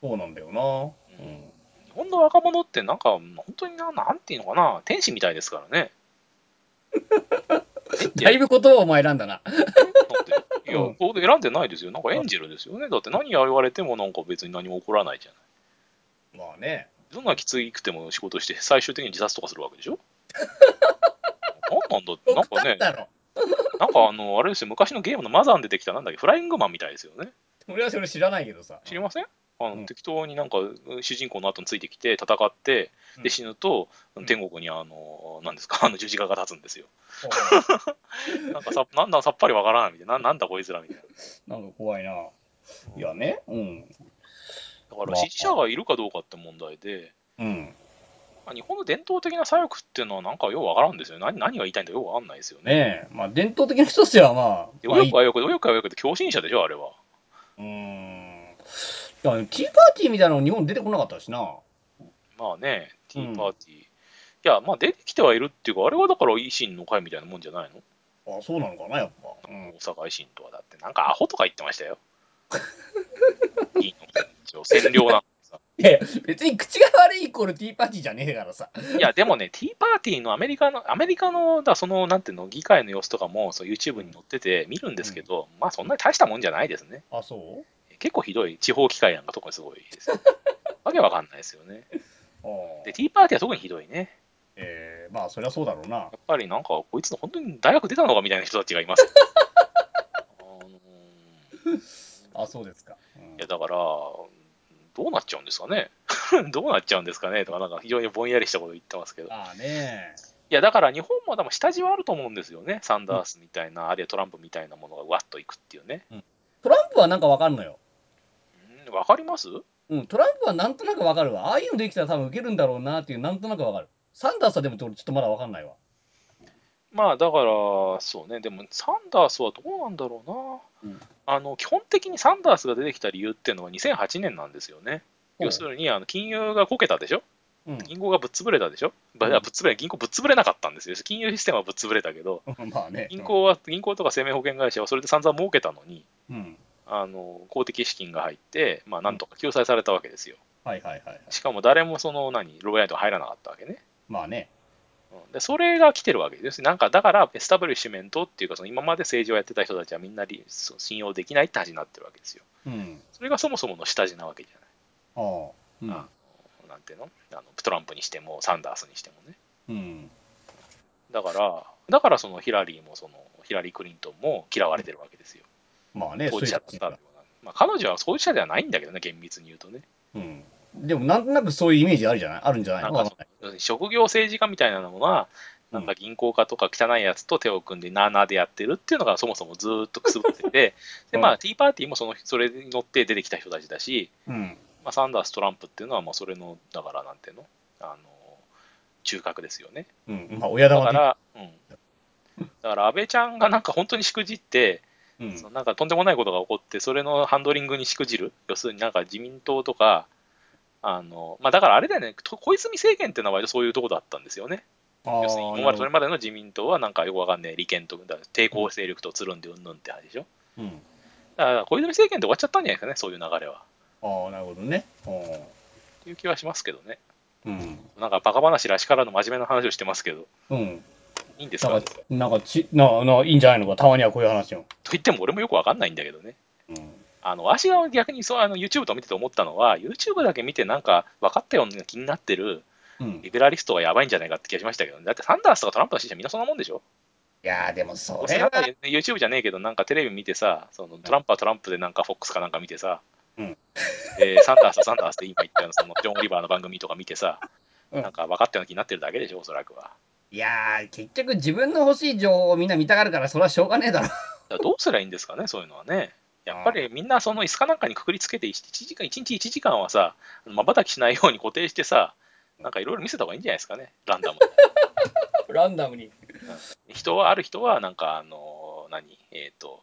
[SPEAKER 2] そうなんだよな。
[SPEAKER 1] うん日本の若者ってなんか本当にな、なんていうのかな、天使みたいですから
[SPEAKER 2] *laughs*
[SPEAKER 1] ね。
[SPEAKER 2] だいぶ言葉をお前選んだな。
[SPEAKER 1] いや、こう選んでないですよ。なんかエンジェルですよね。だって何言われてもなんか別に何も起こらないじゃない。
[SPEAKER 2] まあね。
[SPEAKER 1] どんなきついくても仕事して最終的に自殺とかするわけでし
[SPEAKER 2] *laughs*
[SPEAKER 1] ょなんなんだって、なん
[SPEAKER 2] 僕
[SPEAKER 1] か
[SPEAKER 2] だっ
[SPEAKER 1] ね、
[SPEAKER 2] たろ。
[SPEAKER 1] なんかあの、あれですよ、昔のゲームのマザーン出てきたなんだっけ、フライングマンみたいですよね。
[SPEAKER 2] 俺はそれ知らないけどさ。
[SPEAKER 1] 知りませんあの、
[SPEAKER 2] うん
[SPEAKER 1] 適当になんか主人公の後についてきて戦って
[SPEAKER 2] うん
[SPEAKER 1] で死ぬと、
[SPEAKER 2] うん
[SPEAKER 1] 天国にあのなんですかあの十字架が立つんですよ
[SPEAKER 2] おう
[SPEAKER 1] なんかさなんださっぱりわからないみたいなななんだこいつらみたいな
[SPEAKER 2] なんか怖いな。いやね。うん。
[SPEAKER 1] だから支持者がいるかどうかって問題で、
[SPEAKER 2] うん。
[SPEAKER 1] まあ、日本の伝統的な左翼っていうのはなんかようわからんですよね何何が言いたいんだかようわかんないですよね
[SPEAKER 2] ねえ。まあ伝統的な人たちはまあ。
[SPEAKER 1] で
[SPEAKER 2] まあ
[SPEAKER 1] 右翼は右翼右翼は右翼って狂信者でしょあれは
[SPEAKER 2] うーん。いや、ティーパーティーみたいなの日本出てこなかったしな。
[SPEAKER 1] まあねティ
[SPEAKER 2] うん
[SPEAKER 1] ーパーティー、いやまあ出てきてはいるっていうかあれはだから維新の会みたいなもんじゃないの
[SPEAKER 2] あ、そうなのかな、やっぱ。うん。
[SPEAKER 1] 大阪維新とはだって、なんかアホとか言ってましたよ。 *laughs* いいの一応占領なんですよ
[SPEAKER 2] いやいや、別に口が悪いイコールティーパーティーじゃねえからさ。
[SPEAKER 1] いや、でもね、ティーパーティーのアメリカの、アメリカの、だからその、なんていうの、議会の様子とかも、そう YouTube に載ってて見るんですけど、まあ、そんなに大したもんじゃないですね。
[SPEAKER 2] あ、そう
[SPEAKER 1] 結構ひどい、地方議会なんか特にすごいですよ。わけわかんないですよね。
[SPEAKER 2] ああ
[SPEAKER 1] で、ティーパーティーは特にひどいね。
[SPEAKER 2] えー、まあ、そりゃそうだろうな
[SPEAKER 1] や。っぱりなんか、こいつの本当に大学出たのかみたいな人たちがいます。あのー
[SPEAKER 2] あ、そうですか。うん
[SPEAKER 1] いや、だから、どうなっちゃうんですかね *laughs* どうなっちゃうんですかねとか、なんか非常にぼんやりしたこと言ってますけど。い
[SPEAKER 2] まあね。
[SPEAKER 1] や、だから日本も多分下地はあると思うんですよね。サンダースみたいな、あるいはトランプみたいなものがわっといくっていうね。
[SPEAKER 2] トランプはなんかわかんのよ。
[SPEAKER 1] うんわかります
[SPEAKER 2] うん、トランプはなんとなくわかるわ。ああいうのできたら多分受けるんだろうなっていう、なんとなくわかる。サンダースはでも俺ちょっとまだわかんないわ。
[SPEAKER 1] まあ、だから、そうね、でもサンダースはどうなんだろうな。
[SPEAKER 2] うん
[SPEAKER 1] あの基本的にサンダースが出てきた理由っていうのは2008年なんですよね。要するにあの金融がこけたでしょ
[SPEAKER 2] うん、
[SPEAKER 1] 銀行がぶっ潰れたでしょ、ば
[SPEAKER 2] うん
[SPEAKER 1] ぶっ潰れ銀行ぶっ潰れなかったんですよ。金融システムはぶっ潰れたけど、
[SPEAKER 2] まあね。
[SPEAKER 1] 銀行は銀行とか生命保険会社はそれで散々儲けたのに
[SPEAKER 2] うん。
[SPEAKER 1] あの公的資金が入って、まあ、なんとか救済されたわけですよ
[SPEAKER 2] はいはいはいはい。
[SPEAKER 1] しかも誰もその何ロイヤルとか入らなかったわけね
[SPEAKER 2] まあね。
[SPEAKER 1] うんでそれが来てるわけですなんかだからエスタブリッシュメントっていうかその今まで政治をやってた人たちはみんなりそう信用できないって話になってるわけですよ
[SPEAKER 2] うん。
[SPEAKER 1] それがそもそもの下地なわけじゃ
[SPEAKER 2] ああ。う
[SPEAKER 1] ない、あのなんていうのあのトランプにしてもサンダースにしてもね
[SPEAKER 2] うん。
[SPEAKER 1] だからだからそのヒラリーもそのヒラリー・クリントンも嫌われてるわけですよ
[SPEAKER 2] まあね、
[SPEAKER 1] 当事者だった
[SPEAKER 2] そ
[SPEAKER 1] よう
[SPEAKER 2] うい
[SPEAKER 1] な、まあ、彼女は当事者ではないんだけどね、厳密に言うとね。
[SPEAKER 2] ううん。でもなんとなくそういうイメージあるじゃないあるんじゃない
[SPEAKER 1] な
[SPEAKER 2] の
[SPEAKER 1] んか
[SPEAKER 2] わかん
[SPEAKER 1] そ
[SPEAKER 2] ない
[SPEAKER 1] の職業政治家みたいなのは、なんか銀行家とか汚いやつと手を組んで、なあなあでやってるっていうのがそもそもずーっとくすぶって
[SPEAKER 2] *laughs*
[SPEAKER 1] て、でま
[SPEAKER 2] う
[SPEAKER 1] あ、ティーパーティーもそのそれに乗って出てきた人たちだし、
[SPEAKER 2] うん。
[SPEAKER 1] まあ、サンダース、トランプっていうのは、もうそれの、だからなんていうの、あの中核ですよね。
[SPEAKER 2] うん。まあ、親
[SPEAKER 1] だ
[SPEAKER 2] 玉
[SPEAKER 1] か
[SPEAKER 2] 的
[SPEAKER 1] ら、うん、だから安倍ちゃんがなんか本当にしくじって、
[SPEAKER 2] うん
[SPEAKER 1] そのなんかとんでもないことが起こって、それのハンドリングにしくじる、要するになんか自民党とか、あのまあ、だからあれだよね、と小泉政権っていうのは割とそういうとこだったんですよね。
[SPEAKER 2] あ
[SPEAKER 1] 要するに今ま
[SPEAKER 2] あ
[SPEAKER 1] でそれまでの自民党はなんかよくわかんない利権とだから抵抗勢力とつるんでうんぬんって話でしょ。
[SPEAKER 2] うん。
[SPEAKER 1] だから小泉政権で終わっちゃったんじゃないですかね、そういう流れは。
[SPEAKER 2] ああ、なるほどね。あ
[SPEAKER 1] っていう気はしますけどね。
[SPEAKER 2] あ。うん。
[SPEAKER 1] なんかバカ話らしからぬ真面目な話をしてますけど、
[SPEAKER 2] うん。
[SPEAKER 1] いいんです
[SPEAKER 2] な
[SPEAKER 1] か
[SPEAKER 2] んか、なんかち、な、な、いいんじゃないのか。たまにはこういう話を。
[SPEAKER 1] と言っても俺もよくわかんないんだけどね。
[SPEAKER 2] うん。
[SPEAKER 1] あの私が逆にそうあの YouTube と見てて思ったのは、YouTube だけ見てなんか分かったような気になってる
[SPEAKER 2] うん。い
[SPEAKER 1] リベラリストがやばいんじゃないかって気がしましたけどね。だってサンダースとかトランプの支持者みんなそんなもんでしょ
[SPEAKER 2] やー、でもそ
[SPEAKER 1] どうせ
[SPEAKER 2] れ
[SPEAKER 1] なん
[SPEAKER 2] は
[SPEAKER 1] か、ね YouTube じゃねえけど、なんかテレビ見てさ、そのトランプはトランプでなんか FOX かなんか見てさ、
[SPEAKER 2] うん
[SPEAKER 1] でサンダースはサンダースで今言ったようなそのジョン・オリバーの番組とか見てさ、
[SPEAKER 2] うん
[SPEAKER 1] なんか分かったような気になってるだけでしょ、おそらくは。だか
[SPEAKER 2] いやー、結局自分の欲しい情報をみんな見たがるから、それはしょうがねえだろ。
[SPEAKER 1] らどうすりゃいいんですかね、そういうのはね。やっぱりみんなその椅子かなんかにくくりつけて1時間、1日1時間はさ、まばたきしないように固定してさ、なんかいろいろ見せた方がいいんじゃないですかね、ランダム
[SPEAKER 2] ランダムに。
[SPEAKER 1] に。人は、ある人は、なんか、あの、何、えっ、と、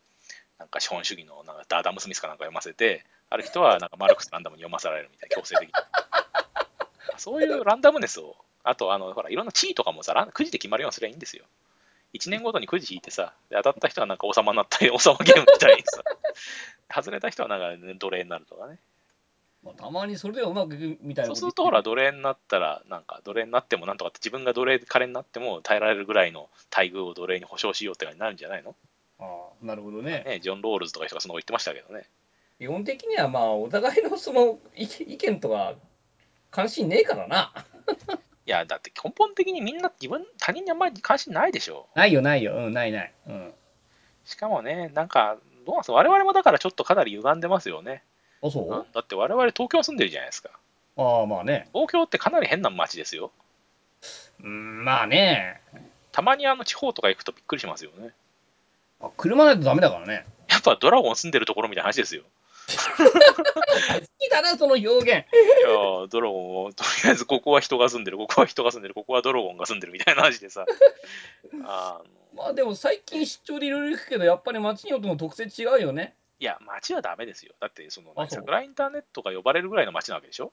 [SPEAKER 1] なんか資本主義のなんかアダム・スミスかなんか読ませて、ある人はなんかマルクスランダムに読まされるみたいな、強制的に。 *laughs* そういうランダムネスを、あと、あの、ほら、いろんな地位とかもさ、ランくじで決まるようにすればいいんですよ。1年ごとにくじ引いてさ、で当たった人はなんか王様になったり、王様ゲームみたいにさ、 *laughs* 外れた人はなんか、ね、奴隷になるとかね。
[SPEAKER 2] まあ、たまにそれではうまくいくみたいな
[SPEAKER 1] そうす
[SPEAKER 2] こと
[SPEAKER 1] るとほら奴隷になったらなんか奴隷になってもなんとかって自分が奴隷彼になっても耐えられるぐらいの待遇を奴隷に保証しようって感じになるんじゃないの、
[SPEAKER 2] ああなるほどね。
[SPEAKER 1] ね、ジョン・ロールズとかいう人がそんなこと言ってましたけどね
[SPEAKER 2] 基本的にはまあお互いのその意見意見とか関心ねえからな。
[SPEAKER 1] いやだって根本的にみんな自分他人にあんまり関心ないでしょ
[SPEAKER 2] ないよないよ。うんないない。うん。
[SPEAKER 1] しかもねなんかどうなんすか我々もだからちょっとかなり歪んでますよね
[SPEAKER 2] あそ
[SPEAKER 1] だ
[SPEAKER 2] う
[SPEAKER 1] って我々東京住んでるじゃないですか
[SPEAKER 2] ああまあね。
[SPEAKER 1] 東京ってかなり変な街ですよ
[SPEAKER 2] うんまあね。
[SPEAKER 1] たまにあの地方とか行くとびっくりしますよね
[SPEAKER 2] あ車ないとダメだからね。
[SPEAKER 1] やっぱドラゴン住んでるところみたいな話ですよ
[SPEAKER 2] 好きだなその表
[SPEAKER 1] い
[SPEAKER 2] 現。
[SPEAKER 1] やードラゴンをとりあえずここは人が住んでるここは人が住んでるここはドラゴンが住んでるみたいな話でさあの
[SPEAKER 2] まあでも最近出張でいろいろ行くけどやっぱり街によっても特性違うよね。
[SPEAKER 1] いや街はダメですよだってその
[SPEAKER 2] あそう
[SPEAKER 1] 桜インターネットが呼ばれるぐらいの街なわけでしょ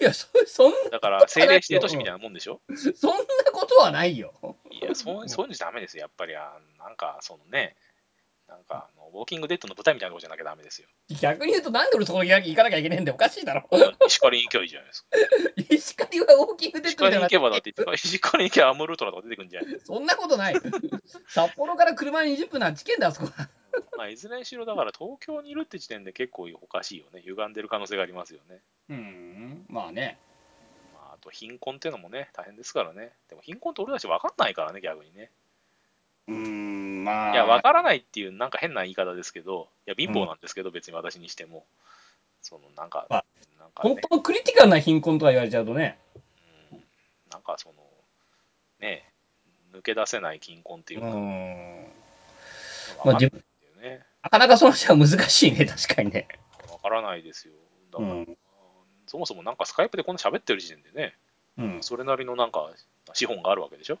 [SPEAKER 2] いやそ *laughs* そん
[SPEAKER 1] だから政令指定都市みたいなもんでしょ
[SPEAKER 2] そんなことはないよ。
[SPEAKER 1] いやそうそういうのじゃダメですよやっぱりあのなんかそのねなんかあのウォーキングデッドの舞台みたいなとこじゃなきゃダメですよ *laughs*
[SPEAKER 2] 逆に言うとなんで俺そこに行かなきゃいけねえんだよおかしいだろ。 *laughs*
[SPEAKER 1] 石狩に行けばいいじゃないですか
[SPEAKER 2] 石狩はウォーキングデ
[SPEAKER 1] *laughs*
[SPEAKER 2] ッ
[SPEAKER 1] 石
[SPEAKER 2] ド
[SPEAKER 1] 狩
[SPEAKER 2] みたい
[SPEAKER 1] に行
[SPEAKER 2] な
[SPEAKER 1] けばだって *laughs* 石狩に行けばアムルートラとか出てくるんじゃない、
[SPEAKER 2] そんなことない。 *laughs* 札幌から車で20分なんて危険だ、あそこ。
[SPEAKER 1] まあ、いずれにしろだから東京にいるって時点で結構おかしいよね歪んでる可能性がありますよね
[SPEAKER 2] *laughs* うん、まあね。
[SPEAKER 1] まあ、あと貧困っていうのもね、大変ですからね。でも貧困って俺たち分かんないからね、逆にね。
[SPEAKER 2] うん、まあ。
[SPEAKER 1] いや、分からないっていう、なんか変な言い方ですけど、いや、貧乏なんですけど、別に私にしても。その、なんか
[SPEAKER 2] まあ、
[SPEAKER 1] なんか
[SPEAKER 2] 本
[SPEAKER 1] ね、
[SPEAKER 2] 当のクリティカルな貧困とは言われちゃうとね。
[SPEAKER 1] うん、なんかその、ね、抜け出せない貧困っていうか、
[SPEAKER 2] ん。
[SPEAKER 1] 分
[SPEAKER 2] ま
[SPEAKER 1] か
[SPEAKER 2] あ
[SPEAKER 1] んないんだよね。
[SPEAKER 2] なかなかその人は難しいね、確かにね。
[SPEAKER 1] 分からないですよ。だから、
[SPEAKER 2] ん。
[SPEAKER 1] そもそもなんかスカイプでこんな喋ってる時点でね、
[SPEAKER 2] うん、 *laughs*
[SPEAKER 1] それなりのなんか、資本があるわけでしょ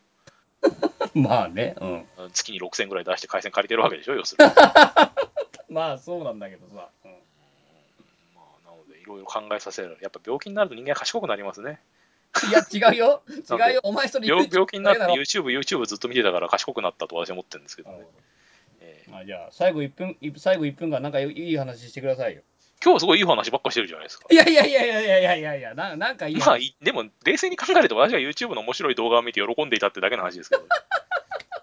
[SPEAKER 2] まあね。うん。
[SPEAKER 1] 月に6000ぐらい出して回線借りてるわけでしょ要す *laughs* るに。
[SPEAKER 2] まあそうなんだけどさ。
[SPEAKER 1] まあ、なので、いろいろ考えさせられる。やっぱ病気になると人間は賢くなりますね。
[SPEAKER 2] いや、違うよ。
[SPEAKER 1] なんで
[SPEAKER 2] 違うよ。お前それ言っ
[SPEAKER 1] *laughs* 病
[SPEAKER 2] て
[SPEAKER 1] 病気になって
[SPEAKER 2] だけ
[SPEAKER 1] YouTube、YouTube ずっと見てたから賢くなったと私は思ってるんですけどね。えー
[SPEAKER 2] まあじゃあ、最後1分、い最後一分間、なんかいい話してくださいよ。
[SPEAKER 1] 今日すごいいい話ばっかしてるじゃないですか。
[SPEAKER 2] いやいやいやいやいやいやいやいや、ななんかいい話。
[SPEAKER 1] まあ、いでも、冷静に考えると私は YouTube の面白い動画を見て喜んでいたってだけの話ですけど。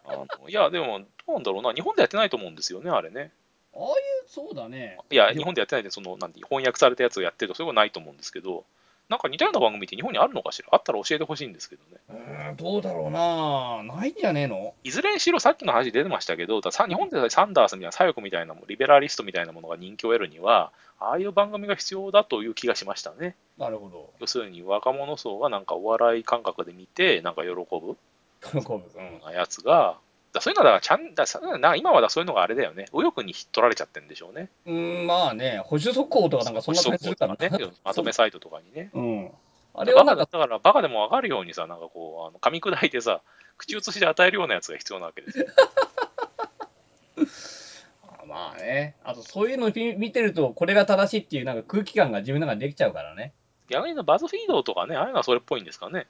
[SPEAKER 1] あのいや、でも、どうなんだろうな。日本でやってないと思うんですよね、あれね。
[SPEAKER 2] ああいう、そうだね。
[SPEAKER 1] いや、日本でやってないで、その、なんて、翻訳されたやつをやってると、そういうことないと思うんですけど、なんか似たような番組って日本にあるのかしらあったら教えてほしいんですけどね。
[SPEAKER 2] うーん、どうだろうな。ないんじゃねえの
[SPEAKER 1] いずれにしろさっきの話出てましたけど、ださ日本でサンダースみたいな左翼みたいなもリベラリストみたいなものが人気を得るには、ああいう番組が必要だという気がしましたね。
[SPEAKER 2] なるほど。
[SPEAKER 1] 要するに若者層がなんかお笑い感覚で見て、なんか喜ぶよ
[SPEAKER 2] 喜ぶ。うん
[SPEAKER 1] う。なやつが、だそういうのはだからちゃんださなんか今はだそういうのがあれだよね、右翼に取られちゃってるんでしょうね。
[SPEAKER 2] うーん、まあね、保守速攻とかなんかそんな感じするからね。
[SPEAKER 1] ねまとめサイトとかにね。
[SPEAKER 2] うん。あ
[SPEAKER 1] あ
[SPEAKER 2] れはなん
[SPEAKER 1] だ
[SPEAKER 2] か、
[SPEAKER 1] からバカでもわかるようにさ、なんかこう、あの噛み砕いてさ、口移しで与えるようなやつが必要なわけですよ。
[SPEAKER 2] まあね。あとそういうの見見てると、これが正しいっていうなんか空気感が自分の中でできちゃうからね。
[SPEAKER 1] 逆にバズフィードとかね、ああいうのはそれっぽいんですかね。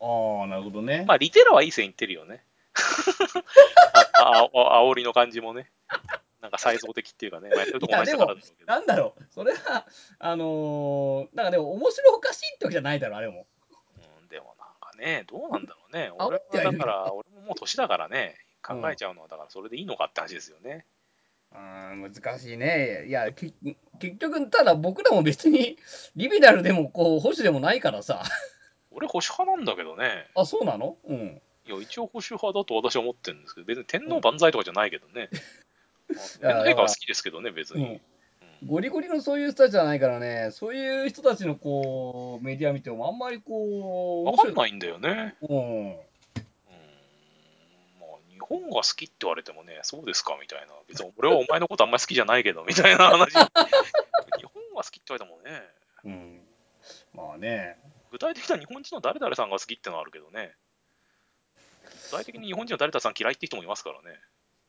[SPEAKER 2] ああ、なるほどね。
[SPEAKER 1] まあ、リテラはいい線いってるよね。 *laughs* ああお煽りの感じもね。なんか再造的っていうかね、まあ、やってるとこ同じだからだろうけど。
[SPEAKER 2] なんだろう、それは、あのーなんかでも面白おかしいってわけじゃないだろ、あれも。
[SPEAKER 1] うん、でもなんかね、どうなんだろうね。
[SPEAKER 2] 煽
[SPEAKER 1] 俺
[SPEAKER 2] ってはい
[SPEAKER 1] はだ
[SPEAKER 2] るけど
[SPEAKER 1] から、俺ももう年だからね、考えちゃうのは、だからそれでいいのかって話ですよね。
[SPEAKER 2] うーん、難しいね。いや、け結局、ただ僕らも別に *laughs* リベラルでもこう保守でもないからさ。 *laughs*
[SPEAKER 1] 俺、保守派なんだけどね。
[SPEAKER 2] あ、そうなのうん。
[SPEAKER 1] いや、一応保守派だと私は思ってるんですけど、別に天皇万歳とかじゃないけどね。あの天皇陛下は好きですけどね、別
[SPEAKER 2] う
[SPEAKER 1] に。
[SPEAKER 2] ん
[SPEAKER 1] うん
[SPEAKER 2] ゴリゴリのそういう人たちじゃないからね、そういう人たちのこう、メディア見てもあんまりこう、
[SPEAKER 1] わかん
[SPEAKER 2] い。
[SPEAKER 1] ないんだよね。
[SPEAKER 2] うん。
[SPEAKER 1] うーんまあ、日本が好きって言われてもね、そうですかみたいな、別に俺はお前のことあんまり好きじゃないけどみ
[SPEAKER 2] *laughs*
[SPEAKER 1] たいな話、日本が好きって言われてもね、
[SPEAKER 2] うん。まあね、
[SPEAKER 1] 具体的な日本人の誰々さんが好きってのはあるけどね。具体的に日本人の誰々さん嫌いって人もいますからね。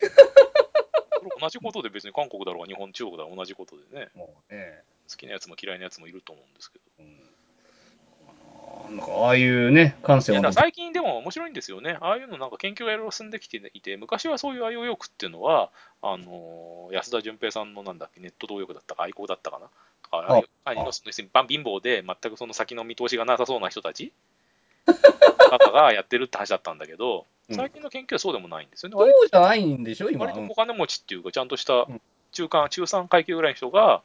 [SPEAKER 1] それ同じことで別に韓国だろうが日本、中国だろうが同じことでね、
[SPEAKER 2] もうね、
[SPEAKER 1] 好きなやつも嫌いなやつもいると思うんですけど。
[SPEAKER 2] うん、なんかああいうね、感性
[SPEAKER 1] いや
[SPEAKER 2] は
[SPEAKER 1] だから最
[SPEAKER 2] ね、
[SPEAKER 1] 近でも面白いんですよね。ああいうのなんか研究がいろいろ進んできていて、昔はそういうあいうヨークっていうのは、あのー安田純平さんのなんだっけ、ネット同欲だったか、愛好だったかな。とかああいうああいうのその一般貧乏で全くその先の見通しがなさそうな人た
[SPEAKER 2] *laughs*
[SPEAKER 1] ち方がやってるって話だったんだけど、
[SPEAKER 2] うん
[SPEAKER 1] 最近の研究はそうでもないんですよね。
[SPEAKER 2] そう
[SPEAKER 1] 割
[SPEAKER 2] じゃないんでしょ、今。
[SPEAKER 1] 割と小金持ちっていうか、ちゃんとした
[SPEAKER 2] うん
[SPEAKER 1] 中間、中産階級ぐらいの人が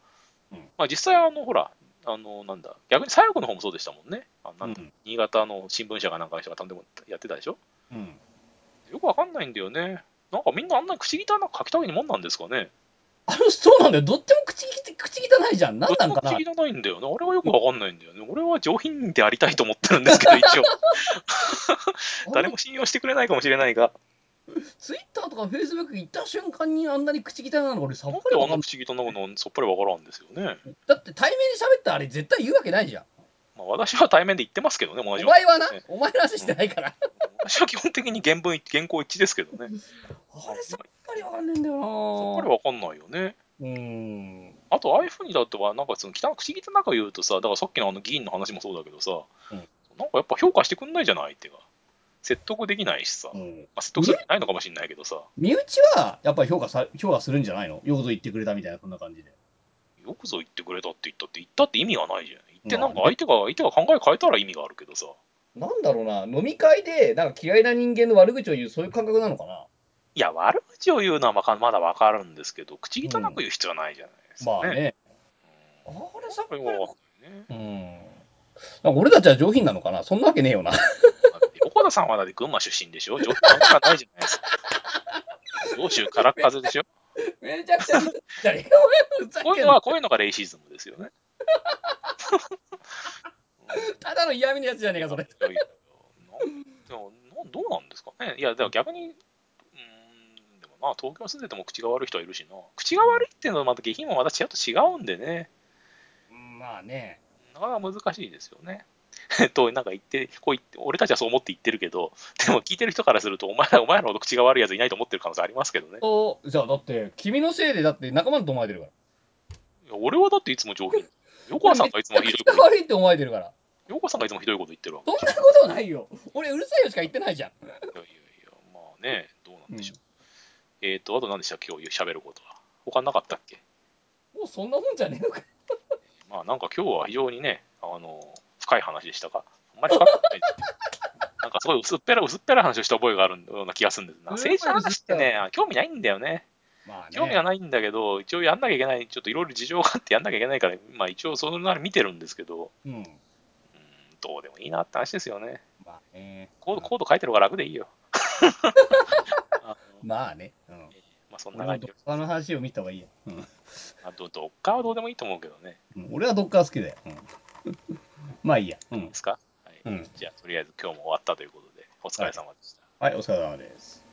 [SPEAKER 2] うん、
[SPEAKER 1] まあ、実際、あの、ほら、あの、なんだ、逆に左翼の方もそうでしたもんね。あなんだ
[SPEAKER 2] うん
[SPEAKER 1] 新潟の新聞社がなんかの人がとんでもやってたでしょ
[SPEAKER 2] うん
[SPEAKER 1] よくわかんないんだよね。なんかみんなあんな口汚く書きたいもんなんですかね。
[SPEAKER 2] あのそうなんだよ、どっちも口き口汚いじゃん、なん
[SPEAKER 1] どっ
[SPEAKER 2] な
[SPEAKER 1] ち
[SPEAKER 2] ん
[SPEAKER 1] も
[SPEAKER 2] かな。
[SPEAKER 1] 口汚いんだよね。俺はよくわかんないんだよね。俺は上品でありたいと思ってるんですけ
[SPEAKER 2] *laughs*
[SPEAKER 1] ど、一応。誰も信用してくれないかもしれないが、
[SPEAKER 2] ツイッターとかフェイスブック行った瞬間にあんなに口汚いのが俺さっ
[SPEAKER 1] なん
[SPEAKER 2] ぱ
[SPEAKER 1] で
[SPEAKER 2] り
[SPEAKER 1] あ
[SPEAKER 2] わ
[SPEAKER 1] ん
[SPEAKER 2] か
[SPEAKER 1] なん口汚いのそっぱりわからんですよね。
[SPEAKER 2] ない。だって対面で喋ったらあれ絶対言うわけないじゃん。
[SPEAKER 1] まあ、私は対面で言ってますけどね、同
[SPEAKER 2] お
[SPEAKER 1] じような
[SPEAKER 2] 前はな
[SPEAKER 1] ね、
[SPEAKER 2] お前の話してないから。
[SPEAKER 1] 私は基本的に原文、原稿一致ですけどね。
[SPEAKER 2] あれさっぱりわかんねえんだよな
[SPEAKER 1] そっぱりわかんないよね。
[SPEAKER 2] うーん。
[SPEAKER 1] あと、ああいうふうにだっては、なんかその汚口汚く言うとさ、だからさっきのあの議員の話もそうだけどさ、
[SPEAKER 2] うん
[SPEAKER 1] なんかやっぱ評価してくんないじゃないってか。説得できないしさ、
[SPEAKER 2] う
[SPEAKER 1] ま
[SPEAKER 2] ん
[SPEAKER 1] あ、説得する気ないのかもしれないけどさ、
[SPEAKER 2] 身内はやっぱり評価さ評価するんじゃないのよくぞ言ってくれたみたいな、そんな感じで。
[SPEAKER 1] よくぞ言ってくれたって言ったって、言ったって意味がないじゃん。言って
[SPEAKER 2] ま
[SPEAKER 1] な
[SPEAKER 2] あ
[SPEAKER 1] んか相手が、相手が考え変えたら意味があるけどさ、
[SPEAKER 2] なんだろうな、飲み会でなんか嫌いな人間の悪口を言う、そういう感覚なのかな。
[SPEAKER 1] いや、悪口を言うのはまかまだわかるんですけど、口汚く言う必要はないじゃないですか、
[SPEAKER 2] まあ
[SPEAKER 1] ね。
[SPEAKER 2] ね。あ
[SPEAKER 1] うん
[SPEAKER 2] れさっ
[SPEAKER 1] こ
[SPEAKER 2] ぱ
[SPEAKER 1] れ
[SPEAKER 2] り
[SPEAKER 1] もわか
[SPEAKER 2] わ
[SPEAKER 1] んないね。 *laughs*
[SPEAKER 2] うん。なんか俺たちは上品なのかなそんなわけねえよな。
[SPEAKER 1] だって横田さんはだって群馬出身でしょ上京とかないじゃないです *laughs* か。上州からっ風でしょ
[SPEAKER 2] めちゃ *laughs* くちゃ見たじゃねえかお前ふざ
[SPEAKER 1] こうい
[SPEAKER 2] け
[SPEAKER 1] うんの
[SPEAKER 2] な
[SPEAKER 1] は、こういうのがレイシズムですよね。
[SPEAKER 2] ただの嫌味のやつじゃねえか、それ。
[SPEAKER 1] いやいやななどうなんですかねいや、だから逆に、うーん、でもまあ、東京に住んでても口が悪い人はいるしな。口が悪いっていうのはまた下品もまたちょっと違うんでね。
[SPEAKER 2] まあね。
[SPEAKER 1] なかなか難しいですよね。 *laughs* えっと、なんか言って、こう言って、俺たちはそう思って言ってるけど、でも聞いてる人からすると、お前ら、お前らほど口が悪いやついないと思ってる可能性ありますけどね。
[SPEAKER 2] そう、じゃあだって、君のせいでだって仲間だと思われてるから。
[SPEAKER 1] いや俺はだっていつも上品。横田さんがいつもひどいこと言って
[SPEAKER 2] 口が悪いって思われてるから。
[SPEAKER 1] ヨコさんがいつもひどいこと言ってるわけ
[SPEAKER 2] そん
[SPEAKER 1] で
[SPEAKER 2] な
[SPEAKER 1] しょ。
[SPEAKER 2] ことないよ。俺、うるさいよしか言ってないじゃん。
[SPEAKER 1] いやいやいや、まあね、どうなんでしょう。えっ、と、あと何でしたっけ、今日喋ることは。他なかったっけ
[SPEAKER 2] もうそんなもんじゃねえのか。
[SPEAKER 1] まあなんか今日は非常にね、あの、深い話でしたが、あんまり深くないですね。なんかすごい薄っぺら、薄っぺらい話をした覚えがあるような気がするんですな。
[SPEAKER 2] うん
[SPEAKER 1] 政治の話ってね、興味ないんだよね。
[SPEAKER 2] まあ
[SPEAKER 1] 興味がないんだけど、一応やんなきゃいけない、ちょっといろいろ事情があってやんなきゃいけないから、まあ一応そのなり見てるんですけど、
[SPEAKER 2] うん。
[SPEAKER 1] うん、どうでもいいなって話ですよね。
[SPEAKER 2] まあね。
[SPEAKER 1] コードコード書いてる方が楽でいいよ。あの
[SPEAKER 2] まあね。うん。
[SPEAKER 1] まあそんな
[SPEAKER 2] 俺も
[SPEAKER 1] 感
[SPEAKER 2] ド
[SPEAKER 1] じ
[SPEAKER 2] ッ。カーの話を見た方がいいよ。うん
[SPEAKER 1] あと、どっかはどうでもいいと思うけどね。
[SPEAKER 2] うん。俺はドッカー好きだよ。うん。まあいいや。う
[SPEAKER 1] いい
[SPEAKER 2] ん
[SPEAKER 1] で。すか、はい
[SPEAKER 2] うん
[SPEAKER 1] じゃあ、とりあえず今日も終わったということで、お疲れ様でした。
[SPEAKER 2] はい、お疲れ様です。